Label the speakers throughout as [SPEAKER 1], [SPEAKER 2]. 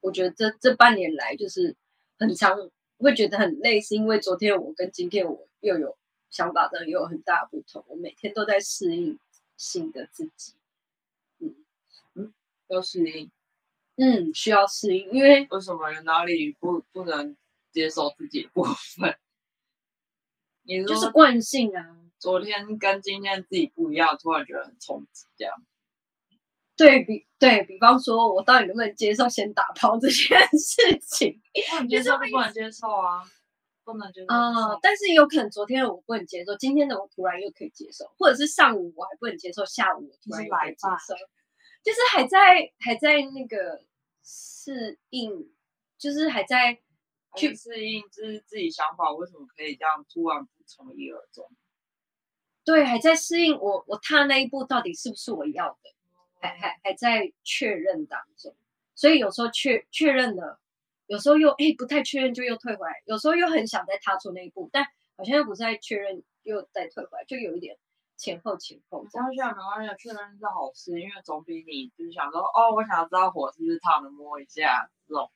[SPEAKER 1] 我觉得这这半年来就是很常会觉得很累，是因为昨天我跟今天我又有想法上又有很大的不同，我每天都在适应新的自己。
[SPEAKER 2] 又是你
[SPEAKER 1] 嗯，需要适应，因为
[SPEAKER 2] 为什么有哪里不不能接受自己的部分？ 你
[SPEAKER 1] 就
[SPEAKER 2] 说
[SPEAKER 1] 是惯性啊。
[SPEAKER 2] 昨天跟今天自己不一样，突然觉得很冲击，这样
[SPEAKER 1] 对比对比方说，我到底能不能接受先打包这件事情？
[SPEAKER 2] 不能接受就不能接受啊，不能接受。
[SPEAKER 1] 啊、但是有可能昨天的我不能接受，今天的我突然又可以接受，或者是上午我还不能接受，下午我突然又可以接受，就是还在还在那个适应，就是还在
[SPEAKER 2] 去适应就是自己想法，为什么可以这样突然不从一而终？
[SPEAKER 1] 对还在适应我我踏那一步到底是不是我要的，还还还在确认当中，所以有时候确确认了，有时候又哎不太确认就又退回来，有时候又很想再踏出那一步，但好像又不再确认又再退回来，就有一点前后前后
[SPEAKER 2] 我
[SPEAKER 1] 这样。
[SPEAKER 2] 相信没关系，确认是好事，因为总比你就是想说哦，我想要知道火是不是烫的，摸一下这种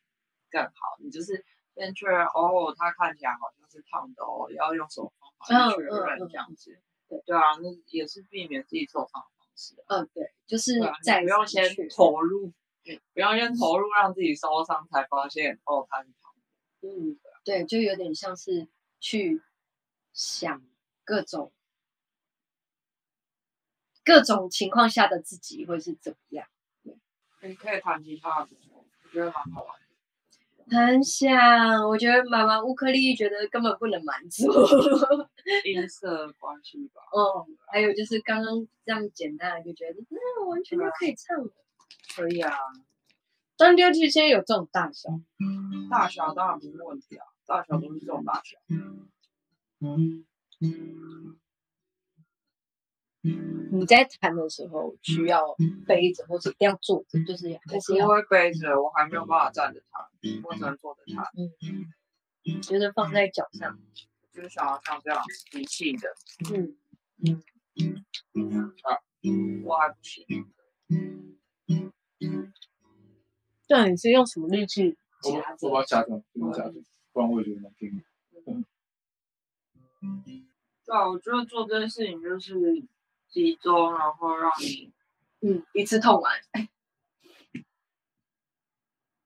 [SPEAKER 2] 更好。你就是先确认哦，它看起来好像是烫的哦，要用什么方法去确
[SPEAKER 1] 嗯嗯嗯
[SPEAKER 2] 认这样子。
[SPEAKER 1] 对
[SPEAKER 2] 对啊，那也是避免自己受伤的方式啊。
[SPEAKER 1] 嗯，对，就是
[SPEAKER 2] 对啊，
[SPEAKER 1] 在
[SPEAKER 2] 你不用
[SPEAKER 1] 上
[SPEAKER 2] 先
[SPEAKER 1] 去
[SPEAKER 2] 投入，不用先投入让自己受伤，才发现哦，它是烫的。
[SPEAKER 1] 嗯，对，就有点像是去想各种各种情况下的自己会是怎么样。
[SPEAKER 2] 你可以弹吉他的，我觉得蛮好玩的。
[SPEAKER 1] 很想，我觉得买完乌克丽丽觉得根本不能满足。
[SPEAKER 2] 音色的关系吧。
[SPEAKER 1] 哦，还有就是刚刚这样简单的就觉得，那、完全就可以唱了。
[SPEAKER 2] 可以啊，
[SPEAKER 1] 单调剧现在有这种大小，
[SPEAKER 2] 大小当然不是问题啊，大小都是这种大小。
[SPEAKER 3] 你在弹的时候需要背着，或是一定要坐着，就是
[SPEAKER 2] 我
[SPEAKER 3] 还是
[SPEAKER 2] 不
[SPEAKER 1] 啊
[SPEAKER 3] 要
[SPEAKER 2] 会背着，我还没有办法站着弹，
[SPEAKER 1] 嗯
[SPEAKER 2] 我只能坐着弹，
[SPEAKER 3] 就是放在脚上。
[SPEAKER 1] 嗯
[SPEAKER 2] 就是想要像这样机器的，
[SPEAKER 3] 嗯，
[SPEAKER 1] 嗯
[SPEAKER 2] 我还不行。
[SPEAKER 3] 对，你是用什么力气
[SPEAKER 4] 我
[SPEAKER 3] 夹着
[SPEAKER 4] 我？把它夹成，我
[SPEAKER 1] 嗯
[SPEAKER 4] 夹成，不然我也觉得难听。
[SPEAKER 2] 对啊，我觉得做这件事情就是集中，然后让你
[SPEAKER 1] 嗯，一次痛完。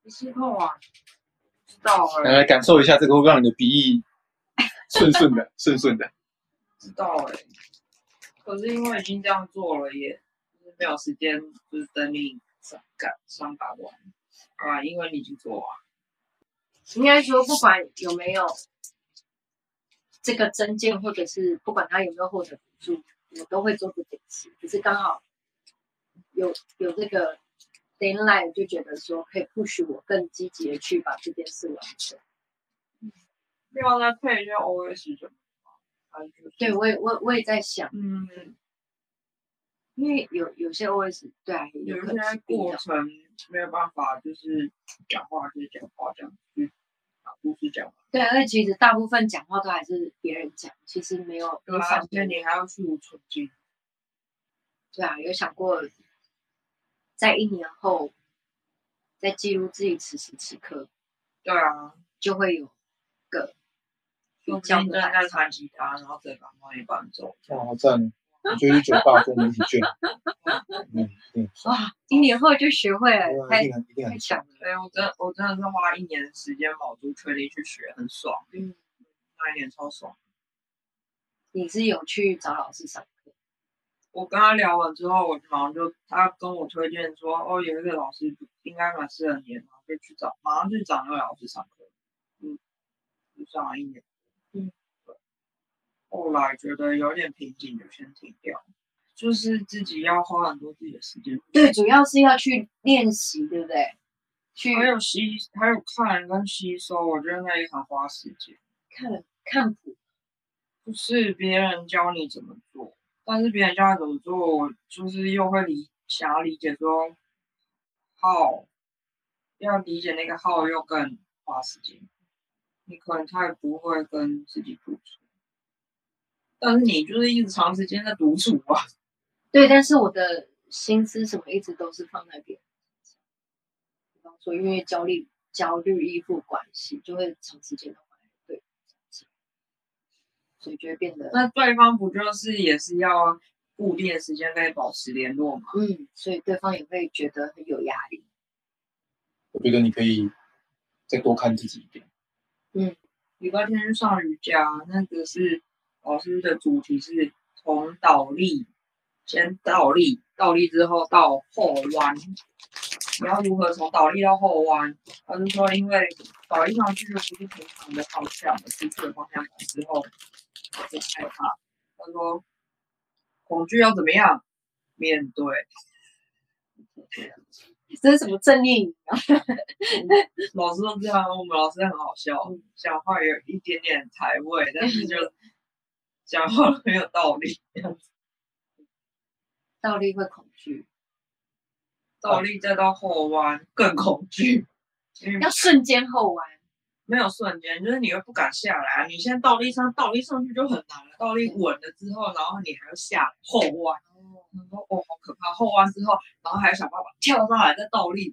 [SPEAKER 2] 一次痛啊，知道
[SPEAKER 4] 来
[SPEAKER 2] 了，
[SPEAKER 4] 来感受一下，这个会让你的鼻翼顺顺的，顺顺的。
[SPEAKER 2] 知道了。可是因为已经这样做了，也就是没有时间，就是等你伤感伤感完，啊，因为你已经做完了。
[SPEAKER 1] 应该说，不管有没有这个证件，或者是不管他有没有获得补助，我都会做这件事。只是刚好有有这个 deadline，就觉得说可以 push 我更积极的去把这件事完成。
[SPEAKER 2] 不要再配一些 OS 什么的还是就是
[SPEAKER 1] 对，我也我我也在想，
[SPEAKER 2] 嗯，
[SPEAKER 1] 因为有有些 OS 对啊，
[SPEAKER 2] 有一
[SPEAKER 1] 可能是
[SPEAKER 2] 些
[SPEAKER 1] 不一
[SPEAKER 2] 过
[SPEAKER 1] 样
[SPEAKER 2] 程没有办法，就是讲话就是讲话这样去把故事讲完。
[SPEAKER 1] 对啊，那其实大部分讲话都还是别人讲，其实没有
[SPEAKER 2] 对
[SPEAKER 1] 有
[SPEAKER 2] 啊，
[SPEAKER 1] 想
[SPEAKER 2] 而且你还要去无存精，
[SPEAKER 1] 对啊，有想过在一年后再记录自己此时此刻
[SPEAKER 2] 对啊，
[SPEAKER 1] 就会有个
[SPEAKER 2] 就
[SPEAKER 1] 比
[SPEAKER 2] 这
[SPEAKER 1] 较
[SPEAKER 2] 样
[SPEAKER 1] 的
[SPEAKER 2] 在
[SPEAKER 1] 感
[SPEAKER 2] 在
[SPEAKER 1] 受。
[SPEAKER 2] 弹吉他，然后再把猫也伴奏。
[SPEAKER 1] 啊
[SPEAKER 4] 哇，好赞哦！我觉得去酒吧跟我们一起卷，嗯嗯，
[SPEAKER 1] 哇，一年后就学会了，
[SPEAKER 4] 一
[SPEAKER 1] 太
[SPEAKER 4] 定很一定
[SPEAKER 1] 太
[SPEAKER 4] 很
[SPEAKER 1] 强了。
[SPEAKER 2] 所哎以我真的我真的是花一年的时间卯足全力去学，很爽。
[SPEAKER 1] 嗯，
[SPEAKER 2] 那一年超爽。
[SPEAKER 1] 你是有去找老师上课？
[SPEAKER 2] 我跟他聊完之后，我马上就他跟我推荐说，哦，有一个老师应该蛮适合你的，然后就去找，马上去找那个老师上课，嗯，就上了一年，
[SPEAKER 1] 嗯，
[SPEAKER 2] 对。后来觉得有点瓶颈，就先停掉，就是自己要花很多自己的时间，
[SPEAKER 1] 对，主要是要去练习，对不对？去
[SPEAKER 2] 还有吸，还有看跟吸收，我觉得那也很花时间，
[SPEAKER 1] 看看谱，
[SPEAKER 2] 就是别人教你怎么做，但是别人教你怎么做，我就是又会理想要理解说，how，要理解那个 how 又更花时间，你可能太不会跟自己独处，但是你就是一直长时间在独处啊，
[SPEAKER 1] 对。但是我的心思什么一直都是放在别人，方说，因为焦虑焦虑依附关系，就会长时间的怀对，所以就会变得
[SPEAKER 2] 那对方不就是也是要固定的时间内保持联络吗？
[SPEAKER 1] 嗯，所以对方也会觉得很有压力。
[SPEAKER 4] 我觉得你可以再多看自己一点。
[SPEAKER 2] 礼拜天去上瑜伽，那个是老师的主题是从倒立，先倒立，倒立之后到后弯。你要如何从倒立到后弯？他是说，因为倒立上去就不是平常的方向，而是这个方向盘之后，我就害怕。他说，恐惧要怎么样面对？
[SPEAKER 1] 这是什么正念语啊？
[SPEAKER 2] 老师都这样，我们老师很好笑，讲话有一点点台味，但是就讲话很有道理。
[SPEAKER 1] 倒立会恐惧，
[SPEAKER 2] 倒立再到后弯更恐惧，因为
[SPEAKER 1] 要瞬间后弯。
[SPEAKER 2] 没有瞬间，就是你会不敢下来啊。你现在倒立上，倒立上去就很难了，倒立稳了之后，然后你还要下来后弯，然后哦好可怕，后弯之后，然后还要想办法跳上来再倒立，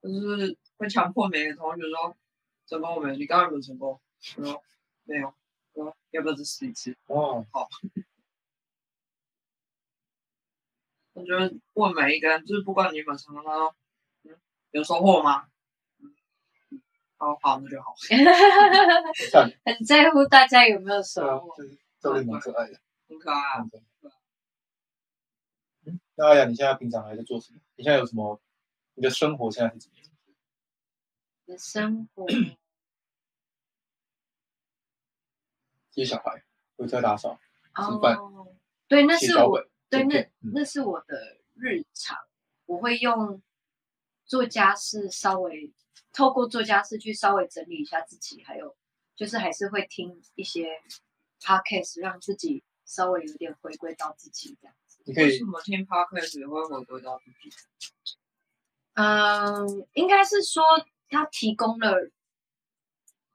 [SPEAKER 2] 就是会强迫每个同学说成功没？你刚刚有没有成功？我说没有，我说要不要再试一次？
[SPEAKER 4] 哦，
[SPEAKER 2] 我觉得问每一个人，就是不管你有没有成功，他说，嗯，有收获吗？嗯，嗯好好，那就好。
[SPEAKER 4] 赞，
[SPEAKER 1] 很在乎大家有没有
[SPEAKER 4] 对啊
[SPEAKER 1] 收获。，
[SPEAKER 4] 就是教练蛮可爱的。
[SPEAKER 2] 很可爱啊，
[SPEAKER 4] 蛮可爱的嗯，那阿雅，你现在平常还在做什么？你现在有什么？你的生活现在是怎么样？
[SPEAKER 1] 你的生活
[SPEAKER 4] 接小孩，回家打扫，吃饭
[SPEAKER 1] 哦，对，那
[SPEAKER 4] 写
[SPEAKER 1] 是
[SPEAKER 4] 脚
[SPEAKER 1] 我
[SPEAKER 4] 本，
[SPEAKER 1] 对
[SPEAKER 4] 剪
[SPEAKER 1] 那
[SPEAKER 4] 片嗯
[SPEAKER 1] 那是我的日常，我会用做家事稍微透过做家事去稍微整理一下自己，还有就是还是会听一些 podcast，让自己稍微有点回归到自己这样子。
[SPEAKER 4] 你可
[SPEAKER 2] 为
[SPEAKER 4] 以
[SPEAKER 2] 什么听 podcast 会回归到自己？
[SPEAKER 1] 嗯，应该是说他提供了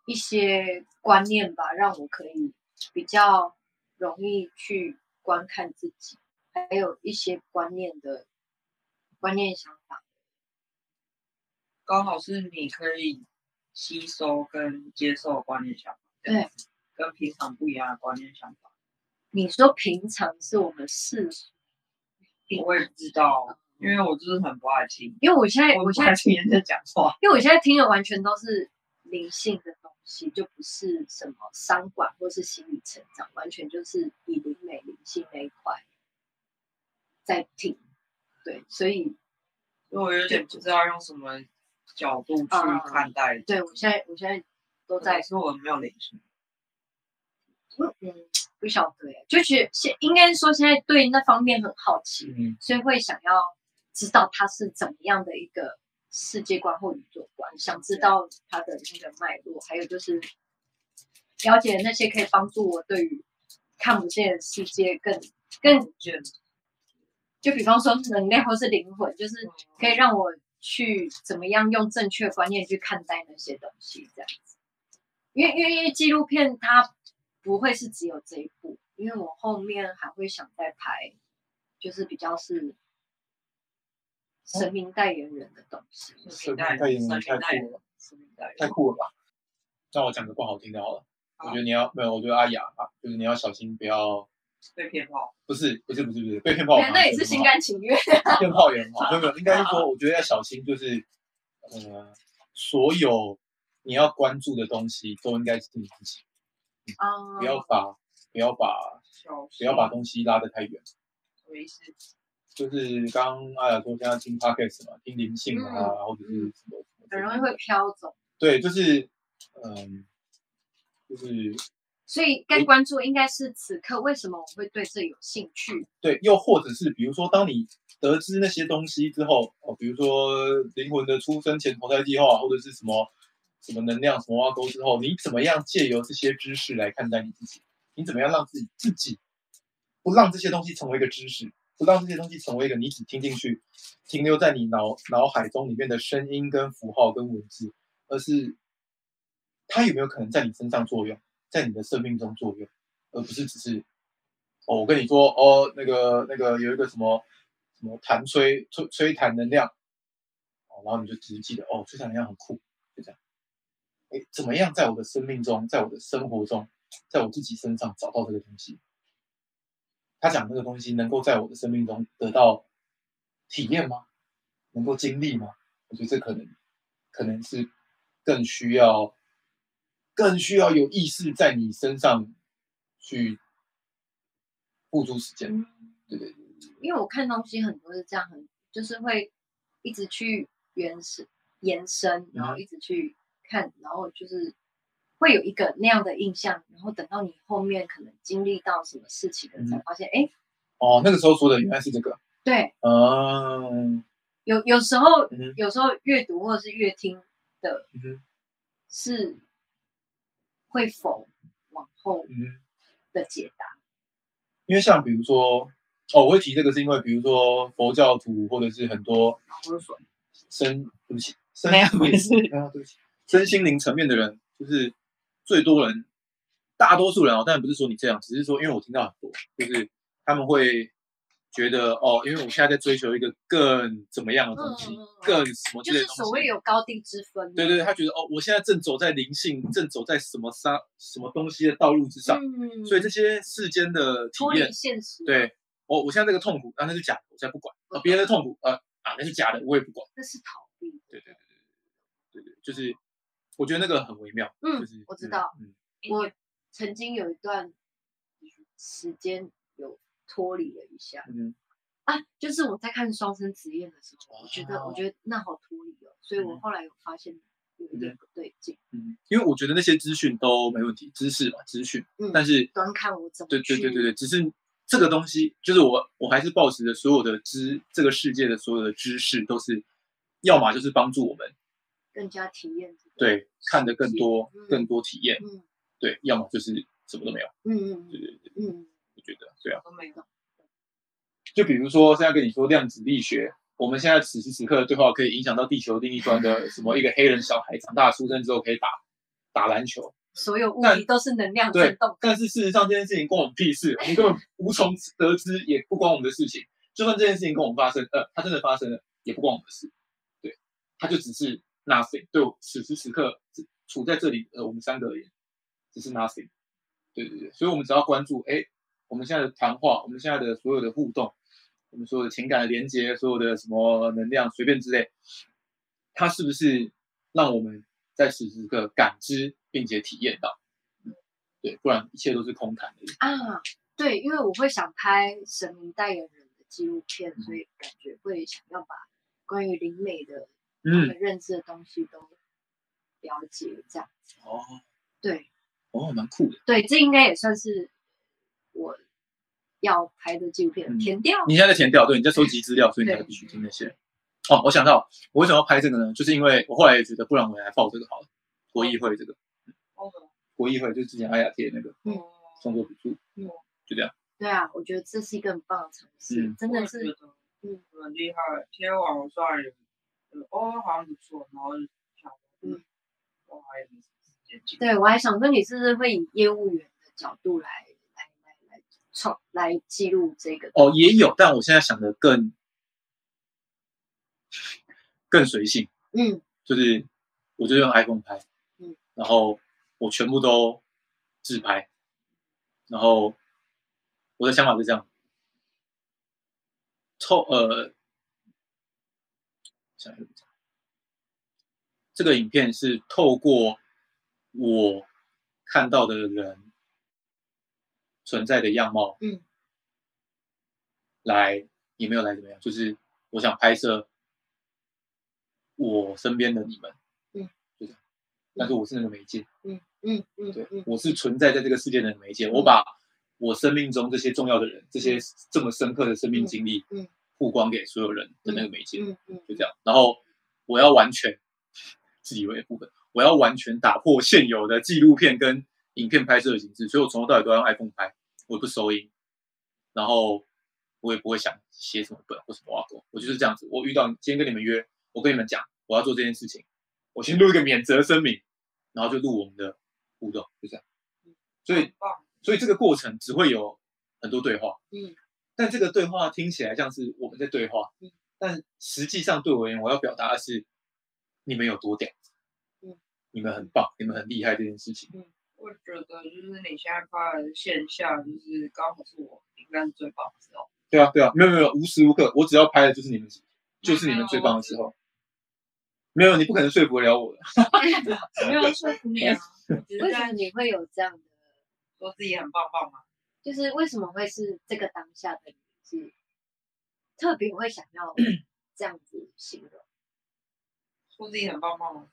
[SPEAKER 1] 一些观念吧，让我可以比较容易去观看自己，还有一些观念的观念想法。
[SPEAKER 2] 刚好是你可以吸收跟接受观念想法，
[SPEAKER 1] 对，
[SPEAKER 2] 跟平常不一样的观念想法。
[SPEAKER 1] 你说平常是我们世俗，
[SPEAKER 2] 我也不知道，因为我就是很不爱听，
[SPEAKER 1] 因为我现在
[SPEAKER 2] 我
[SPEAKER 1] 嗯我
[SPEAKER 2] 不
[SPEAKER 1] 现在
[SPEAKER 2] 爱听人家讲 话。
[SPEAKER 1] 因为我现在听的完全都是灵性的东西，就不是什么商管或是心理成长，完全就是以灵美灵性那一块在听。对，所以
[SPEAKER 2] 所以我有点不知道用什么角度去
[SPEAKER 1] 嗯
[SPEAKER 2] 看待。
[SPEAKER 1] 对我现在我现在都
[SPEAKER 2] 可能
[SPEAKER 1] 在，
[SPEAKER 2] 是我没有灵性。
[SPEAKER 1] 嗯，不晓得耶，就是现应该说现在对那方面很好奇，
[SPEAKER 4] 嗯，
[SPEAKER 1] 所以会想要知道它是怎么样的一个世界观或宇宙观，想知道它的那个脉络，还有就是了解那些可以帮助我对于看不见的世界更更
[SPEAKER 2] 见
[SPEAKER 1] 就比方说能量或是灵魂，就是可以让我去怎么样用正确的观念去看待那些东西，这样子。因为因为因为纪录片它不会是只有这一部，因为我后面还会想再拍，就是比较是神明代言人的东西。
[SPEAKER 2] 生命代
[SPEAKER 4] 太
[SPEAKER 2] 言，
[SPEAKER 4] 严
[SPEAKER 2] 嗯生命
[SPEAKER 4] 了，太
[SPEAKER 2] 代
[SPEAKER 4] 酷
[SPEAKER 2] 言
[SPEAKER 4] 了，，
[SPEAKER 2] 生命代
[SPEAKER 4] 太
[SPEAKER 2] 言。
[SPEAKER 4] 酷了吧？那我讲个不好听的好了，我
[SPEAKER 2] 好
[SPEAKER 4] 觉得你要没有，我觉得阿雅啊，就是你要小心，不要
[SPEAKER 2] 被骗炮，
[SPEAKER 4] 不是不是不是不是被骗炮，
[SPEAKER 1] 对，那也是心甘情 愿。
[SPEAKER 4] 电炮也很好，没有没有，应该是说，我觉得要小心，就是呃，所有你要关注的东西都应该是你自己，
[SPEAKER 1] 啊
[SPEAKER 4] 不要把不要把
[SPEAKER 2] 小
[SPEAKER 4] 不要把东西拉得太远。
[SPEAKER 2] 什么意思？
[SPEAKER 4] 就是刚刚阿雅说，现在听 podcast 嘛，听灵性啊，
[SPEAKER 1] 嗯
[SPEAKER 4] 或者是什么什么之
[SPEAKER 1] 很
[SPEAKER 4] 类的
[SPEAKER 1] 容易会飘走，
[SPEAKER 4] 对，就是嗯，就是
[SPEAKER 1] 所以该关注应该是此刻为什么我会对这有兴趣。
[SPEAKER 4] 对，又或者是比如说，当你得知那些东西之后，哦，比如说灵魂的出生前投胎计划，或者是什么什么能量什么挖沟之后，你怎么样借由这些知识来看待你自己？你怎么样让自己自己不让这些东西成为一个知识，不让这些东西成为一个你只听进去、停留在你脑脑海中里面的声音、跟符号、跟文字，而是它有没有可能在你身上作用，在你的生命中作用，而不是只是哦，我跟你说哦，那个那个有一个什么什么弹吹吹吹弹能量，哦，然后你就只是记得哦，就像一样很酷，就这样。哎，怎么样在我的生命中，在我的生活中，在我自己身上找到这个东西？他讲这个东西能够在我的生命中得到体验吗？能够经历吗？我觉得这可能可能是更需要更需要有意识在你身上去付出时间。对对对，
[SPEAKER 1] 嗯因为我看东西很多是这样，很就是会一直去原始延伸，然
[SPEAKER 4] 嗯
[SPEAKER 1] 后一直去看，然后就是会有一个那样的印象，然后等到你后面可能经历到什么事情了，
[SPEAKER 4] 嗯
[SPEAKER 1] 才发现，哎、
[SPEAKER 4] 哦，那个时候说的原来是这个，
[SPEAKER 1] 对，
[SPEAKER 4] 嗯
[SPEAKER 1] 有有时候
[SPEAKER 4] 嗯哼
[SPEAKER 1] 有时候阅读或者是阅听的
[SPEAKER 4] 嗯哼
[SPEAKER 1] 是会否往后
[SPEAKER 4] 嗯哼，
[SPEAKER 1] 的解答，
[SPEAKER 4] 因为像比如说，哦，我会提这个是因为比如说佛教徒或者是很多
[SPEAKER 2] 喝水。
[SPEAKER 4] 身对不起，身
[SPEAKER 3] 没有
[SPEAKER 4] 心
[SPEAKER 3] 没事
[SPEAKER 4] 啊，对不起，身心灵层面的人，就是最多人，大多数人哦，当然不是说你这样，只是说，因为我听到很多，就是他们会觉得哦，因为我现在在追求一个更怎么样的东
[SPEAKER 1] 嗯
[SPEAKER 4] 西，
[SPEAKER 1] 嗯嗯嗯
[SPEAKER 4] 更什么之
[SPEAKER 1] 就
[SPEAKER 4] 类的
[SPEAKER 1] 是
[SPEAKER 4] 东西，
[SPEAKER 1] 所谓有高低之分，
[SPEAKER 4] 对对，对，他觉得哦，我现在正走在灵性，正走在什么啥什么东西的道路之上，
[SPEAKER 1] 嗯，
[SPEAKER 4] 所以这些世间的体
[SPEAKER 1] 脱
[SPEAKER 4] 验
[SPEAKER 1] 离，现实，，
[SPEAKER 4] 对我、我现在这个痛苦，啊，那是假的，我现在不管，啊，别人的痛苦，呃啊，那是假的，我也不管。
[SPEAKER 1] 这是逃避，
[SPEAKER 4] 对对对对对对，就是我觉得那个很微妙，
[SPEAKER 1] 嗯
[SPEAKER 4] 就是
[SPEAKER 1] 我知道，
[SPEAKER 4] 嗯，
[SPEAKER 1] 我曾经有一段时间有脱离了一下
[SPEAKER 4] 嗯嗯
[SPEAKER 1] 啊，就是我在看《双生职业》的时候，我觉得我
[SPEAKER 4] 哦
[SPEAKER 1] 觉得那好脱离哦，所以我
[SPEAKER 4] 嗯
[SPEAKER 1] 后来有发现有一点不对劲，
[SPEAKER 4] 嗯，因为我觉得那些资讯都没问题，知识嘛，资讯，
[SPEAKER 1] 嗯
[SPEAKER 4] 但是
[SPEAKER 1] 端看我怎么
[SPEAKER 4] 对对
[SPEAKER 1] 去
[SPEAKER 4] 对对对，只是这个东西，就是我我还是抱持着所有的知这个世界的所有的知识都是，要么就是帮助我们
[SPEAKER 1] 更加体验这个，
[SPEAKER 4] 对看得更多
[SPEAKER 1] 嗯
[SPEAKER 4] 更多体验，
[SPEAKER 1] 嗯
[SPEAKER 4] 对，要么就是什么都没有，
[SPEAKER 1] 嗯嗯
[SPEAKER 4] 对对对，
[SPEAKER 1] 嗯，
[SPEAKER 4] 我觉得对啊。
[SPEAKER 2] 都没有。
[SPEAKER 4] 就比如说现在跟你说量子力学，我们现在此时此刻的对话可以影响到地球另一端的什么一个黑人小孩长大出生之后可以打打篮球，
[SPEAKER 1] 所有物
[SPEAKER 4] 但
[SPEAKER 1] 理都是能量
[SPEAKER 4] 对
[SPEAKER 1] 振动，
[SPEAKER 4] 但是事实上这件事情关我们屁事，我们根本无从得知，也不关我们的事情。就算这件事情跟我们发生，呃，它真的发生了，也不关我们的事。对，它就只是 nothing，对我此时此刻只处在这里，呃，我们三个而言，只是 nothing。对对对，所以我们只要关注，哎，我们现在的谈话，我们现在的所有的互动，我们所有的情感的连接，所有的什么能量，随便之类，它是不是让我们在此时此刻感知并且体验到？对，不然一切都是空谈的。
[SPEAKER 1] 啊，对，因为我会想拍神明代言人的纪录片，
[SPEAKER 4] 嗯
[SPEAKER 1] 所以感觉会想要把关于灵美的他
[SPEAKER 4] 嗯，
[SPEAKER 1] 们认知的东西都了解，这样子。
[SPEAKER 4] 哦，
[SPEAKER 1] 对
[SPEAKER 4] 哦，蛮酷的。
[SPEAKER 1] 对，这应该也算是我要拍的纪录片
[SPEAKER 4] 嗯
[SPEAKER 1] 《填掉》。
[SPEAKER 4] 你现在在填掉，对，你在收集资料，所以你才
[SPEAKER 1] 对
[SPEAKER 4] 必须听那些。哦，我想到我为什么要拍这个呢？就是因为我后来也觉得，不然我来报这个好了，国议会这个，
[SPEAKER 2] 哦
[SPEAKER 4] 国议会就之前阿雅贴那个
[SPEAKER 1] 嗯
[SPEAKER 4] 创作补助，
[SPEAKER 1] 对啊，我觉得这是一个很棒的尝试，
[SPEAKER 4] 嗯
[SPEAKER 1] 真的是，嗯
[SPEAKER 2] 嗯，很厉害，贴网上人，呃哦，好像不错，然后就想，
[SPEAKER 1] 嗯，
[SPEAKER 2] 我还有时间进
[SPEAKER 1] 对我还想说，你是不是会以业务员的角度来来来来创来记录这个？
[SPEAKER 4] 哦，也有，但我现在想的更更随性，
[SPEAKER 1] 嗯
[SPEAKER 4] 就是我就用 iPhone 拍，
[SPEAKER 1] 嗯
[SPEAKER 4] 然后我全部都自拍，然后我的想法是这样，凑呃，想一下怎么讲这个影片是透过我看到的人存在的样貌，
[SPEAKER 1] 嗯，
[SPEAKER 4] 来也没有来怎么样，就是我想拍摄我身边的你们，
[SPEAKER 1] 嗯，
[SPEAKER 4] 就这样。但是我是那个媒介，
[SPEAKER 1] 嗯嗯嗯
[SPEAKER 4] 对
[SPEAKER 1] 嗯，
[SPEAKER 4] 我是存在在这个世界的媒介，我把我生命中这些重要的人，这些这么深刻的生命经历，
[SPEAKER 1] 嗯嗯，
[SPEAKER 4] 曝光给所有人的那个媒介，
[SPEAKER 1] 嗯嗯
[SPEAKER 4] 就这样。然后我要完全自以为的部分，我要完全打破现有的纪录片跟影片拍摄的形式，所以我从头到尾都要用 iPhone 拍，我也不收音，然后我也不会想写什么本或什么挖沟，我就是这样子。我遇到你今天跟你们约，我跟你们讲我要做这件事情，我先录一个免责声明，然后就录我们的互动，就这样。所以
[SPEAKER 2] 很棒，
[SPEAKER 4] 所以这个过程只会有很多对话，
[SPEAKER 1] 嗯，
[SPEAKER 4] 但这个对话听起来像是我们在对话，
[SPEAKER 1] 嗯，
[SPEAKER 4] 但实际上对我而言，我要表达的是你们有多屌，
[SPEAKER 3] 嗯
[SPEAKER 4] 你们很棒，你们很厉害这件事情。
[SPEAKER 2] 我觉得就是你现在发的线下，就是刚好是我应该是最棒的时候。
[SPEAKER 4] 对啊，对啊，没有没有，无时无刻我只要拍的就是你们，就是你们最棒的时候。没有，你不可能说服得了我的。
[SPEAKER 2] 没有说服你啊， 我
[SPEAKER 1] 为
[SPEAKER 2] 只是
[SPEAKER 1] 什么
[SPEAKER 2] 在
[SPEAKER 1] 你会有这样的？
[SPEAKER 2] 说自己很棒棒嘛。
[SPEAKER 1] 就是为什么会是这个当下的你是特别会想 要这样子形容？
[SPEAKER 2] 说自己很棒棒嘛。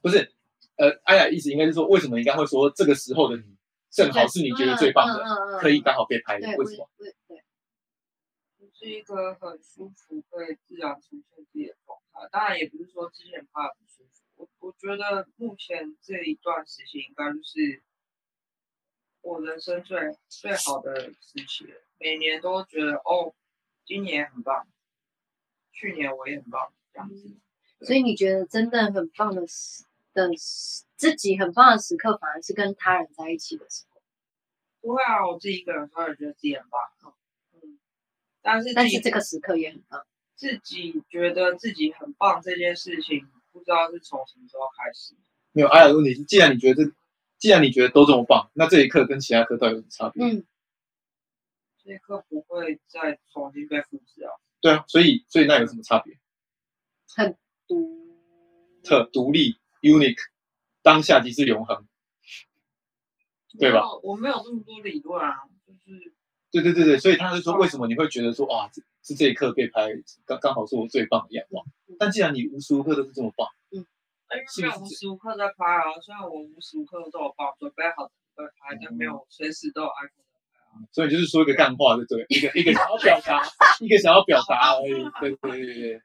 [SPEAKER 4] 不是，呃，阿雅意思应该是说，为什么应该会说这个时候的你，正好是你觉得最棒的，
[SPEAKER 1] 的嗯
[SPEAKER 4] 可以刚好被拍的
[SPEAKER 1] 对，，
[SPEAKER 4] 为什么？
[SPEAKER 1] 为？为对，
[SPEAKER 2] 就是一个很舒服、可以自然呈现自己的状态。当然，也不是说之前拍的不舒服。我我觉得目前这一段时期应该就是我人生最最好的时期了。每年都觉得哦，今年很棒，去年我也很棒，这样
[SPEAKER 1] 嗯
[SPEAKER 2] 子。对
[SPEAKER 1] 所以你觉得真的很棒的时的时自己很棒的时刻，反而是跟他人在一起的时候。
[SPEAKER 2] 不会啊，我自己一个人的时候也觉得自己很棒。嗯，但是
[SPEAKER 1] 但
[SPEAKER 2] 自己
[SPEAKER 1] 是这个时刻也很棒，
[SPEAKER 2] 自己觉得自己很棒这件事情，不知道是从什么时候开始。
[SPEAKER 4] 没有，阿雅的问题是，既然你觉得这，既然你觉得都这么棒，那这一刻跟其他课到底有什么差别？
[SPEAKER 1] 嗯，
[SPEAKER 2] 这一刻不会再重新被复制啊。
[SPEAKER 4] 对啊，所以所以那有什么差别？
[SPEAKER 1] 独
[SPEAKER 4] 特独立 unique，当下即是永恒。对吧
[SPEAKER 2] 没有？我没有这么多理论啊，就是
[SPEAKER 4] 对对对对，所以他是说，为什么你会觉得说，哇，这是这一刻被拍，刚刚好是我最棒的样貌。但既然你无时无刻都是这么棒，
[SPEAKER 2] 因为
[SPEAKER 4] 是
[SPEAKER 2] 没
[SPEAKER 4] 不
[SPEAKER 2] 有
[SPEAKER 4] 是
[SPEAKER 2] 无时无刻在拍啊。虽然我无时无刻都有帮我准备好在拍，但
[SPEAKER 4] 嗯
[SPEAKER 2] 没有随时都有 iPhone
[SPEAKER 4] 所以你就是说一个干话，对不对？一个一个想要表达，一个想要表达而已。对对对对对，